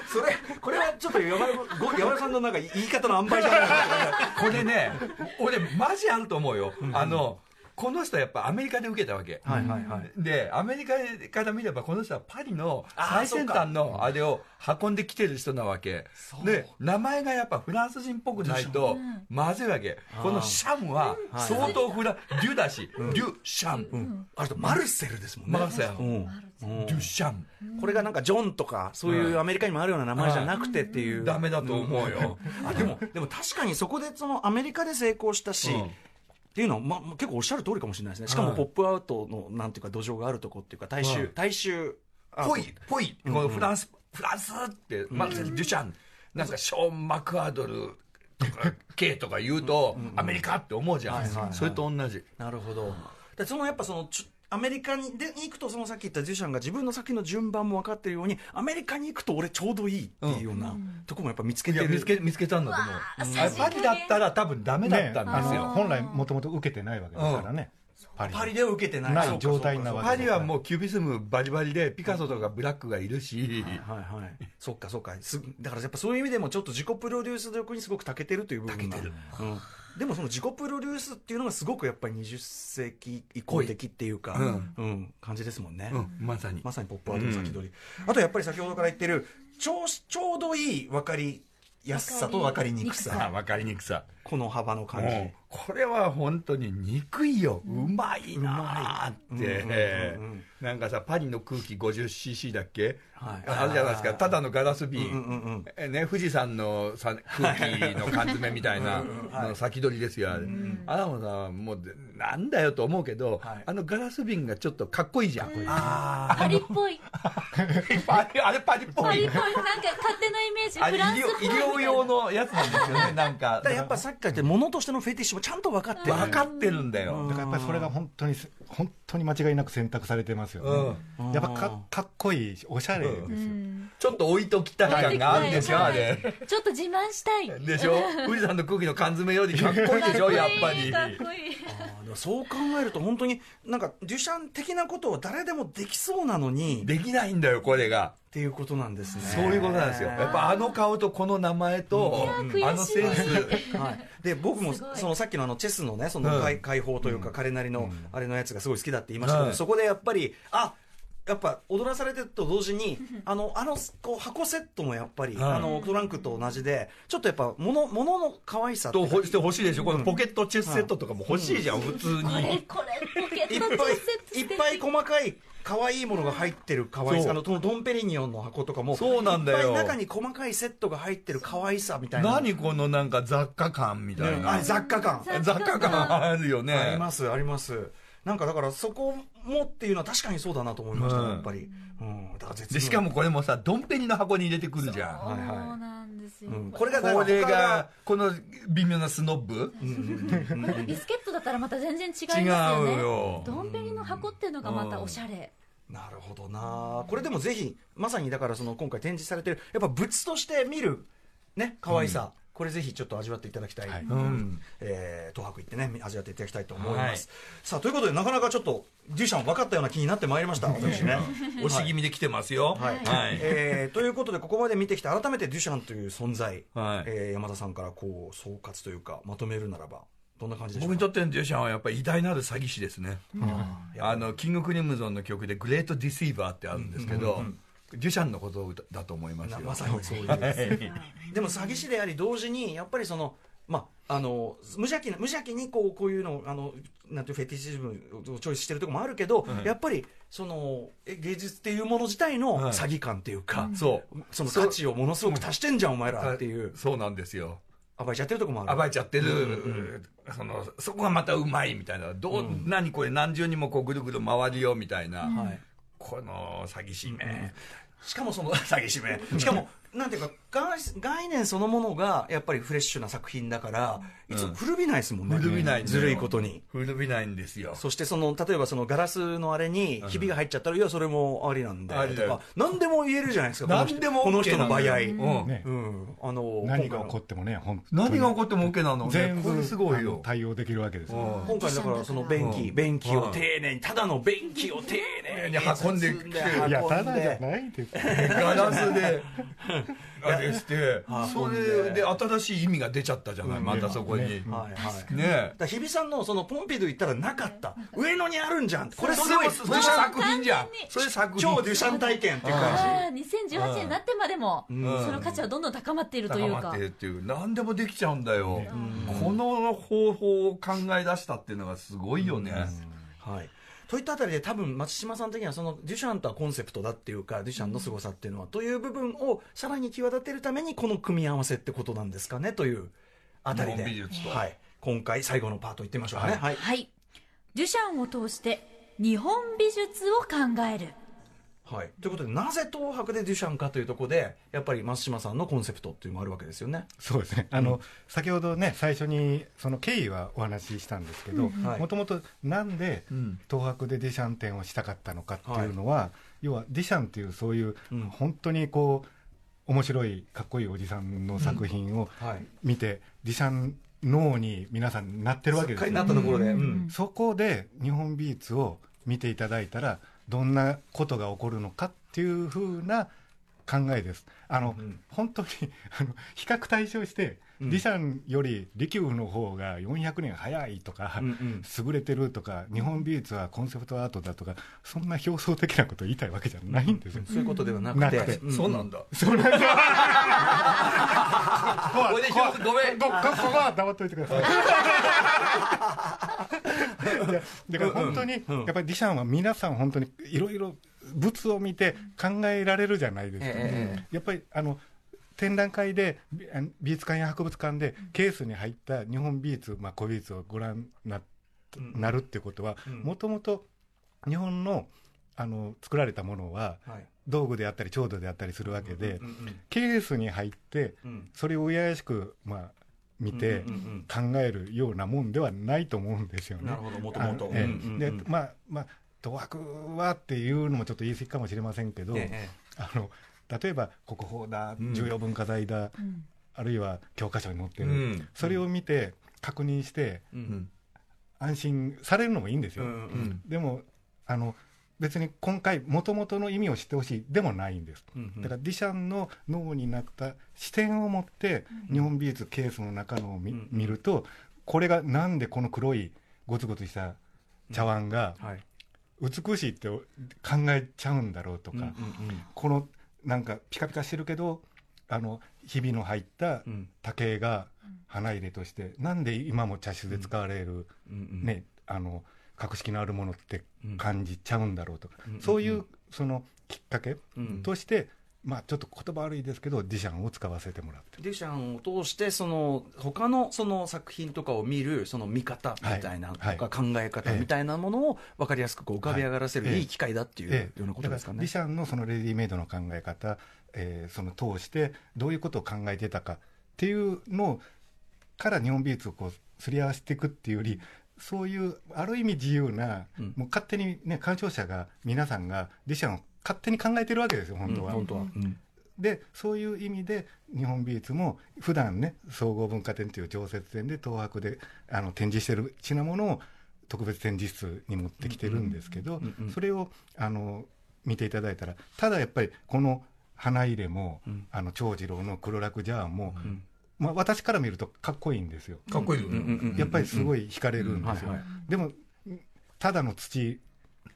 それ、これはちょっと山田ご山田さんのなんか言い方の塩梅じゃないこれね俺マジあると思うよ、あのこの人はやっぱアメリカで受けたわけ。 はいはいはい。で、アメリカから見れば、この人はパリの最先端のあれを運んできてる人なわけ。で、名前がやっぱフランス人っぽくないと、まずいわけ。このシャムは、相当フラン、デュだし、デュシャうム。ん、あれとマルセルですもんね。マルセルうんデュシャム。これがなんかジョンとかそういうアメリカにもあるような名前じゃなくてっていう、ダメだと思うよ。あでもでも確かにそこでそのアメリカで成功したし、うんっていうのは、ま、ま結構おっしゃる通りかもしれないですねしかもはいポップアウトのなんていうか土壌があるとこっていうか大衆、はい大衆アートぽい、ぽい、このフランス、フランスって、マルセル・デュシャン、なんかショーン・マクアドルとか、K とか言うと、アメリカって思うじゃはいはいはん。いそれと同じ。なるほど。でそのやっぱそのちょアメリカにで行くとそのさっき言ったジュシャンが自分の先の順番も分かってるようにアメリカに行くと俺ちょうどいいっていうような、とこもやっぱ見つけいてやる見つけ見つけたんだと思うわうあんあれパリだったら多分ダメだったんですねよ、あの本来もともと受けてないわけですからね、パリパリでは受けてないないそうか状態なそうかわパリはもうキュビスムバリバリでピカソとかブラックがいるし、はいはい、そっかそっかすだからやっぱそういう意味でもちょっと自己プロデュース力にすごく長けてるという部分がうん、でもその自己プロデュースっていうのがすごくやっぱり20世紀以降的っていうか、うん感じですもんね、うん、まさにまさにポップアウトの先取り、あとやっぱり先ほどから言ってるちょうちょうどいい分かりやすさと分かりにくさ分かりにくあ分かりにくさこの幅の感じ、もうこれは本当に憎いよ、うまいなーって、えうんうんうんえなんかさパリの空気 50cc だっけ、はいあるじゃないですかただのガラス瓶、うんうんうんえね、富士山のさ空気の缶詰みた いなの先取りですよあれ、あらもさもうでなんだよと思うけど、はいあのガラス瓶がちょっとかっこいいじゃん、あパリっぽい。パ リあれパリっぽパリっいぽい。なんか勝手なイメージ。あフれ医ランスっぽいみたい療医療用のやつなんですよねなんかあだからやっぱさっきから言ってものとしてのフェティッシュもちゃんと分かってる分かってるんだよ、だからやっぱりそれが本当にす本当に間違いなく選択されてますよね、やっぱかかっこいいしおしゃれですよ、ちょっと置いときた感があるんでしょあれちょっと自慢したい。でしょ富士山の空気の缶詰よりかっこいいでしょやっぱりかっこいい。あでもそう考えると本当になんかデュシャン的なことを誰でもできそうなのにっできないんだよこれがていうことなんですねそういうことなんですよやっぱあの顔とこの名前とあうんいやの悔しいセンスはい、で僕もすごいそのさっきのあのチェスのねそうんの解,、解放というか彼なりのあれのやつがすごい好きだって言いましたけど、はいそこでやっぱりあやっぱ踊らされてると同時にあのあのこう箱セットもやっぱり、はいあのトランクと同じでちょっとやっぱ物物の可愛さっていとうかほしてほしいでしょこのポケットチェスセットとかも欲しいじゃん普通これにこれポケいッっトぱチェスいいっぱい細かい可愛いものが入ってる可愛そうさあのそのドンペリニオンの箱とかもそうなんだよいっぱい中に細かいセットが入ってる可愛さみたいな何このなんか雑貨感みたいねあなれ雑貨感雑貨感あるよねありますありますなんかだからそこもっていうのは確かにそうだなと思いました、うんやっぱり、うん、だから絶でしかもこれもさドンペニの箱に入れてくるじゃんはいはいそうなんですよ。うんここれれがだかこられ他がこの微妙なスノブ ビスケットだったらまた全然違います違ようね。よドンペリの箱っていうのがまたおしゃれ。なるほどなこれでもぜひまさにだからその今回展示されてるやっぱ物として見るね可愛さ、これぜひちょっと味わっていただきたい、うんえー東博行ってね味わっていただきたいと思います、さあということでなかなかちょっとデュシャン分かったような気になってまいりました私ね押し気味で来てますよはいはいえーということでここまで見てきて改めてデュシャンという存在、はいえー山田さんからこう総括というかまとめるならばどんな感じでしょ僕うにかとってのジュシャンはやっぱり偉大なる詐欺師ですね、あのキングクリムゾンの曲で「グレート・ディシーバー」ってあるんですけど、デュシャンのことだと思いますよなまさにそういう、 でも詐欺師であり同時にやっぱりそのまあ、あの無邪気な無邪気にこうこういうのあのなんていうフェティシズムをチョイスしてるところもあるけど、やっぱりそのえ芸術っていうもの自体のはい詐欺感っていうか、そうその価値をものすごく足してんじゃんお前らっていうそうなんですよ暴いちゃってるところもある暴いちゃってる、そのそこがまたうまいみたいなどう、何これ何重にもこうぐるぐる回るよみたいな、はいこの詐欺師め、しかもその 詐欺師めしかもなんていうか概概念そのものがやっぱりフレッシュな作品だからいつも古びないですもんね、古びないんだずよるいことに古びないんですよそしてその例えばそのガラスのあれにひびが入っちゃったら、いやそれもありなんだあとりだよか何でも言えるじゃないですか何でもこの人 OK なこのんだ人の場合、ようんねうんあの何が起こっってもね本当に何が起こっても OK なのね全こ部れすごいあよの対応できるわけですよ、うん今回だからその便器、うん便器を丁寧にただの便器を丁寧に運んで運きんてでるいや運たんだじゃでないですガラスであれしてはいそれで新しい意味が出ちゃったじゃないまたそこにはいはいねだから日比さんのそのポンピドゥ行ったらなかった上野にあるんじゃんこれすごいそれもそれ作品じゃん完全にそれ作超品デュシャン体験っていう感じあー2018年になってまでも、んその価値はどんどん高まっているとい高うまかってるっていう何でもできちゃうんだよこの方法を考え出したっていうのがすごいよねはい、といったあたりで多分松島さん的にはそのデュシャンとはコンセプトだっていうかデュシャンの凄さっていうのはという部分をさらに際立てるためにこの組み合わせってことなんですかねというあたりで日本美術とはい、今回最後のパートいってみましょうかね。はいはいデュシャンを通して日本美術を考えるはい、ということでなぜ東博でデュシャンかというところでやっぱり松島さんのコンセプトっていうのもあるわけですよね。そうですねあの、先ほどね最初にその経緯はお話ししたんですけどはいもともとなんでうん東博でディシャン展をしたかったのかっていうのは、要はディシャンっていうそういううん本当にこう面白いかっこいいおじさんの作品をはい、見て、ディシャン脳に皆さんなってるわけですかよりなったところで、うんそこで日本美術を見ていただいたらどんなことが起こるのかっていうふうな考えですあの、うん本当にあの比較対象して、うん李さんより利休の方が400年早いとか、うんうん優れてるとか日本美術はコンセプトアートだとかそんな表層的なことを言いたいわけじゃないんですよ、そういうことではなくなてくてうんそうなん だここれで表ごめんこここは黙っといてください。 いやだから本当に、うんうんやっぱりディシャンは皆さん本当にいろいろ物を見て考えられるじゃないですか、えやっぱりあの展覧会でびあの美術館や博物館でケースに入った日本美術、まあ、古美術をご覧なうんなるってことはうんもともと日本のあの作られたものははい道具であったり調度であったりするわけで、うんうんケースに入ってうんそれをややしく、まあ、見てうんうん考えるようなもんではないと思うんですようんね。なるほどもとあものと。ええうんうんうんでまあまあ賭博はっていうのもちょっと言い過ぎかもしれませんけど、ええあの例えば国宝だうん重要文化財だ、んあるいは教科書に載ってうる、んそれを見て確認してううんん安心されるのもいいんですうよ。んううんんでもあの別に今回もともとの意味を知ってほしいでもないんです。うんだからディシャンの脳になった視点を持って日本美術ケースの中のを見,、うん見るとこれがなんでこの黒いゴツゴツした茶碗がはい美しいって考えちゃうんだろうとか、このなんかピカピカしてるけどあのひびの入ったうん竹が花入れとしてなんで今も茶室で使われる、うんねあの格式のあるものってうん感じちゃうんだろうとか、うんそういうんううそのきっかけ、うんとして、まあ、ちょっと言葉悪いですけどディシャンを使わせてもらってるデュシャンを通してその他のその作品とかを見るその見方みたいなとはかい考え方みたいなものを分かりやすくこう浮かび上がらせはるいいい機会だっていうよええうなことですかだらデねィ。シャンのそのレディメイドの考え方、えーその通してどういうことを考えてたかっていうのをから日本美術をこうすり合わせていくっていうよりそういうある意味自由な、うんもう勝手にね鑑賞者が皆さんがディシャンを勝手に考えてるわけですよ本当は。うん本当は。うんでそういう意味で日本美術も普段ね総合文化展という常設展で東博であの展示してる品物を特別展示室に持ってきてるんですけど、うんうんそれをあの見ていただいたらただやっぱりこの花入れも、うんあの長次郎の黒楽茶碗も、んまあ、私から見るとかっこいいんですよ、かっこいいようんうんうんねやっぱりすごい惹かれるんはでいすよ、はい。っでもただの土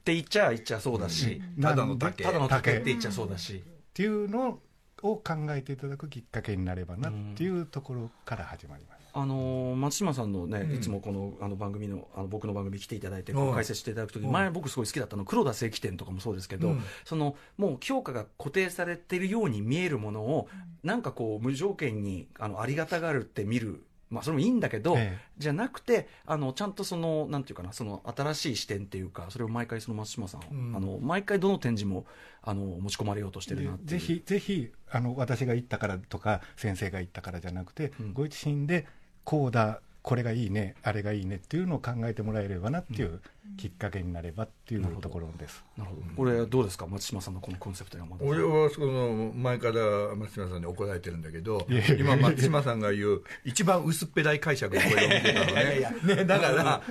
て言っちゃ言っちゃそうだし、なんでただの竹ただの竹竹って言っちゃそうだし。っていうのを考えていただくきっかけになればなっていうところから始まります。あのー松島さんのね、うんいつもこのあの番組のあの僕の番組来ていただいてはい解説していただくとき、はい前僕すごい好きだったの黒田正規店とかもそうですけど、うんそのもう評価が固定されているように見えるものを、なんかこう無条件にあのありがたがるって見る。まあそれもいいんだけど、ええじゃなくてあのちゃんとそのなんていうかなその新しい視点っていうかそれを毎回その松島さん、うんあの毎回どの展示もあの持ち込まれようとしてるなっていぜうひぜひあの私が行ったからとか先生が行ったからじゃなくて、うんご自身でこうだこれがいいねあれがいいねっていうのを考えてもらえればなっていうきっかけになればっていうところです。なるほどこれどうですか松島さんのこのコンセプト山田さん俺はその前から松島さんに怒られてるんだけど、今、松島さんが言う、一番薄っぺらい解釈をこれを見てたの ね、ねだから、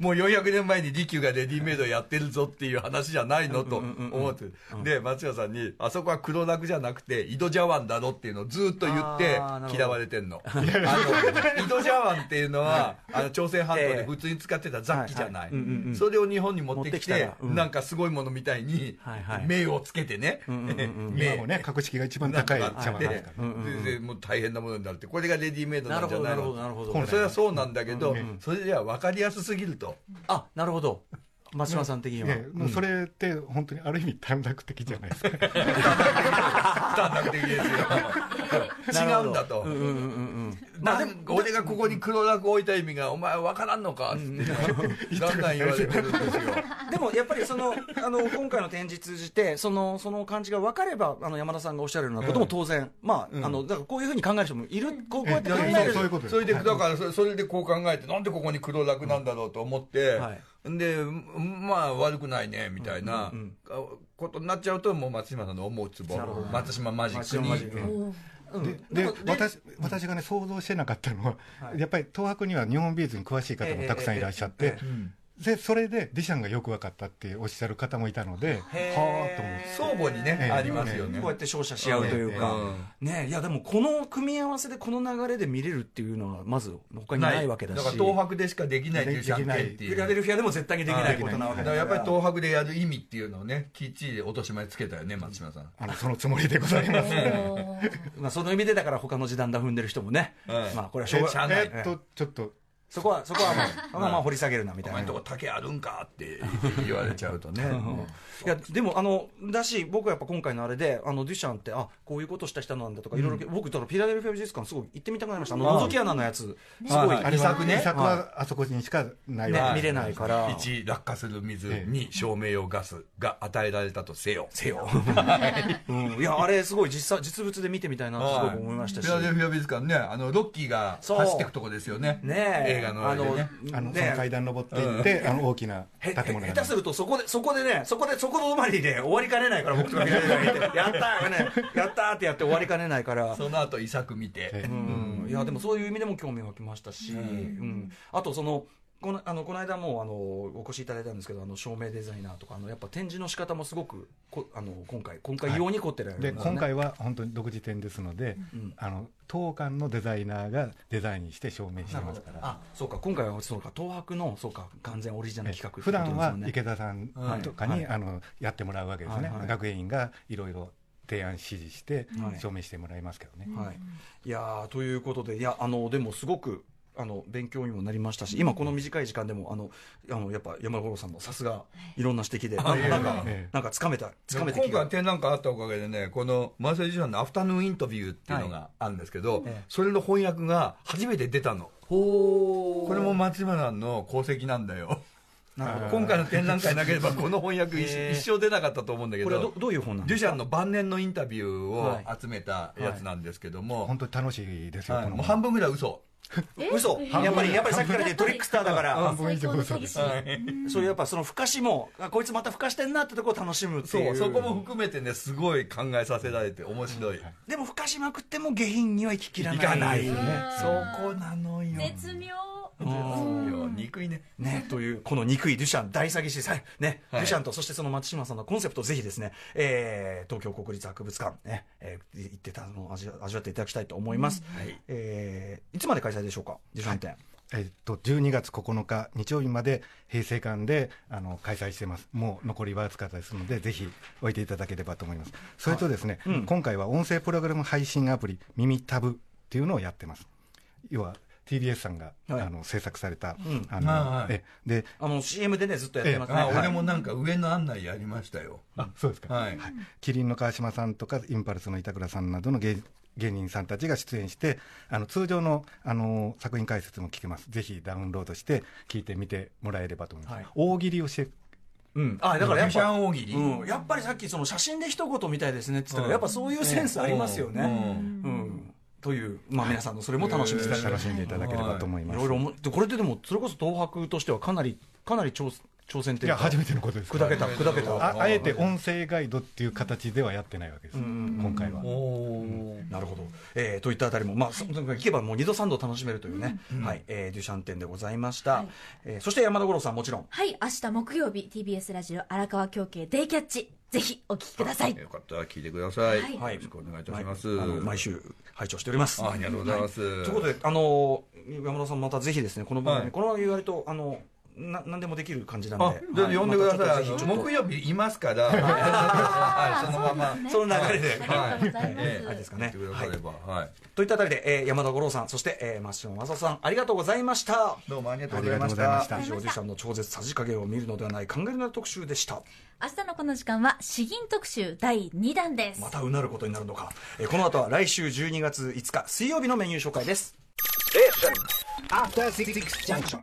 もう400年前に利休がレディメイドやってるぞっていう話じゃないのと思ってる、で、松島さんに、あそこは黒楽じゃなくて、井戸茶碗だろっていうのをずっと言ってあーなるほ、ど嫌われ てんの、あの井戸茶碗っていうのは、あの朝鮮半島で普通に使ってた雑器じはゃないいはいうんうんう、んそれを日本に持っ持ってきてきてたら、うんなんかすごいものみたいにはいは、い名をつけてね、 名今もね、格式が一番高いなんかあ茶っ碗てですから。ででもう大変なものになるって、これがレディメイドなんじゃないなるほのどなるほどなるほど本来それはそうなんだけど、それじゃ分かりやすすぎ ると、あなるほど松島さん的には、ねもうそれって本当にある意味短絡的じゃないですか。短絡的ですよ、違うんだと、うんうんうんうんなんか俺がここに黒楽置いた意味が、お前分からんのかって、 だんだん言われてるんですよ。でもやっぱりそのあの今回の展示通じてそのその感じが分かればあの山田さんがおっしゃるようなことも当然、まあ,、あのだからこういうふうに考える人もいるこうこうやって考えるそういうことですそれでだからそそれでこう考えてなんでここに黒楽なんだろうと思って、はいでまあ悪くないねみたいなあことになっちゃうともう松島さんの思うツボなるほど松島マジックに松島マジックおーうんでで私私がね想像してなかったのは、やっぱり東博には日本美術に詳しい方もたくさんいらっしゃって、でそれでディシャンがよく分かったっておっしゃる方もいたのではへあーと思って相互にね、ええありますよね、こうやって照射し合うというか、うねいやでもこの組み合わせでこの流れで見れるっていうのはまず他にないわけだしから東博でしかできないデュシャン系っていフィうラデルフィアでも絶対にできないことなわけだからだからやっぱり東博でやる意味っていうのをねきっちり落とし前つけたよね松島さんあのそのつもりでございます。おーまあ、その意味でだから他の時短だ踏んでる人もね、はいまあ これはしょえうっが社内えっとちょっとそこはそこはもう、まあまあ掘り下げるなみ「おたい前なんとこ竹あるんか?」って言われちゃうとねいやでもあのだし僕はやっぱ今回のあれであのデュシャンってあこういうことした人なんだとかいろいろ僕だからフィラデルフィア美術館すごい行ってみたくなりましたあのはい覗き穴のやつすはごいい、はいあれ遺は作ね遺作はあそこにしかないねわはい見れないから1落下する水ええ2照明用ガスが与えられたとせよせようん、いやあれすごい実際実物で見てみたいなってすごく思いましたし、フィラデルフィア美術館ねあのロッキーがそう走ってくとこですよねねえ映画のあれでねあのそのね階段登っていって、あの大きなへへ建物が下手するとそこでそこでねそこでそこの止まりで終わりかねないから僕とか見られないでやったー、ね、やったーってやって終わりかねない からその後遺作見て、ええうんいやでもそういう意味でも興味がきましたし、うんあとそのこのあのこの間もあのお越しいただいたんですけどあの照明デザイナーとかあのやっぱ展示の仕方もすごくこあの今回今回用に凝ってる、で今回は本当に独自点ですので、あの当館のデザイナーがデザインして証明してなるまほすどから。あそうか今回はそうか東博のそうか完全オリジナル企画普段はってことですよね池田さんとかに、はいあのやってもらうわけですね、はいはい学園員がいろいろ提案指示してはい証明してもらいますけどね、はい、いやーということでいやあのでもすごくあの勉強にもなりましたし今この短い時間でもあのあのやっぱ山田五郎さんのさすがいろんな指摘でなんかなんかええなんかつかめたつかめて今き回が展覧会あったおかげでね、このマーセル・ジュシャンのアフタヌーンインタビューっていうのがあるんですけど、ええそれの翻訳が初めて出たの。ほこれも松村さんの功績なんだよ。なるほど今回の展覧会なければ、この翻訳一,、ええ一生出なかったと思うんだけこれはどど、どういう本なんでデュすシャかンの晩年のインタビュはーいを集めたやつなんですけども、本当に楽しいですよ、はいこのもう半分ぐらい嘘。え嘘やっぱりやっぱりさっきから言うトリックスターだから半分以上嘘です最高の詐欺師そういうやっぱそのふかしもあこいつまたふかしてんなってとこを楽しむってそいうう、そこも含めてね、すごい考えさせられて面白い。でもふかしまくっても下品には行ききらないいかないよねね。そこなのよ。絶妙憎いね。ね、という、この憎いデュシャン大詐欺師さん、ね、はいデュシャンと、そしてその松島さんのコンセプトをぜひですね、えー東京国立博物館、ね、えー行ってたのを味わ味わっていただきたいと思います。はいえーいつまで開催でしょうか、デュシャン展。えっと、12月9日日曜日まで平成館であの開催してますもう残りわずかですのでぜひおいていただければと思いますそれとですね、今回は音声プログラム配信アプリ「耳タブ」っていうのをやってます要は TBS さんが、はいあの制作された、あまあはいえであの、CM でね、ずっとやってますね。あはい俺もなんか上の案内やりましたよ。あそうですか、はい。キリンの川島さんとかインパルスの板倉さんなどの芸芸人さんたちが出演してあの通常のあの作品解説も聞けますぜひダウンロードして聞いてみてもらえればと思います、はい大喜利をしてうん。あ、だからやっシャぱ、ン大喜利。うん、やっぱりさっきその写真で一言みたいですねって言ったかうんら、やっぱそういうセンスありますよね。ううん。という、まあ皆さんのそれも楽しみです楽しんでいただければと思います、いろいろ思ってこれででもそれこそ東博としてはかなりかなり挑挑戦といいうやか初めてのことです砕けた砕けたああえて音声ガイドっていう形ではやってないわけです、今回は。おーなるほど、えーといったあたりも、まあ、そ聞けばもう二度三度楽しめるというね、はいえーデュシャン展でございました、はいえーそして山田五郎さんもちろんはい、明日木曜日 TBS ラジオ荒川京慶デイキャッチぜひお聞きくださいよかったら聞いてください。はいよろしくお願いいたします。毎あの毎週拝聴しておりますあありがとうございます。ということで、あの山田さん、またぜひですね、この番組、はいこの番組、割とあのな何でもできる感じなんで、あ、じゃあはい呼んでくだまたさい。ちょっとぜひあのちょっと木曜日いますか ら、はいそのまま。その流れで、はいありがとうございます、はいええあれですかね言ってくだされば、はい。といったあたりで、えー山田五郎さん、そして、えーマッシュン和田さん、ありがとうございました。どうもありがとあうりございがとまうごしざいまたし。た以。上、デュシャンの超絶さじ加減を見るのではない、考えるなる特集でした。明日のこの時間は詩吟特集第2弾ですまたうなることになるのか。えーこの後は来週12月5日、水曜日のメニュー紹介です。 After Six Junction.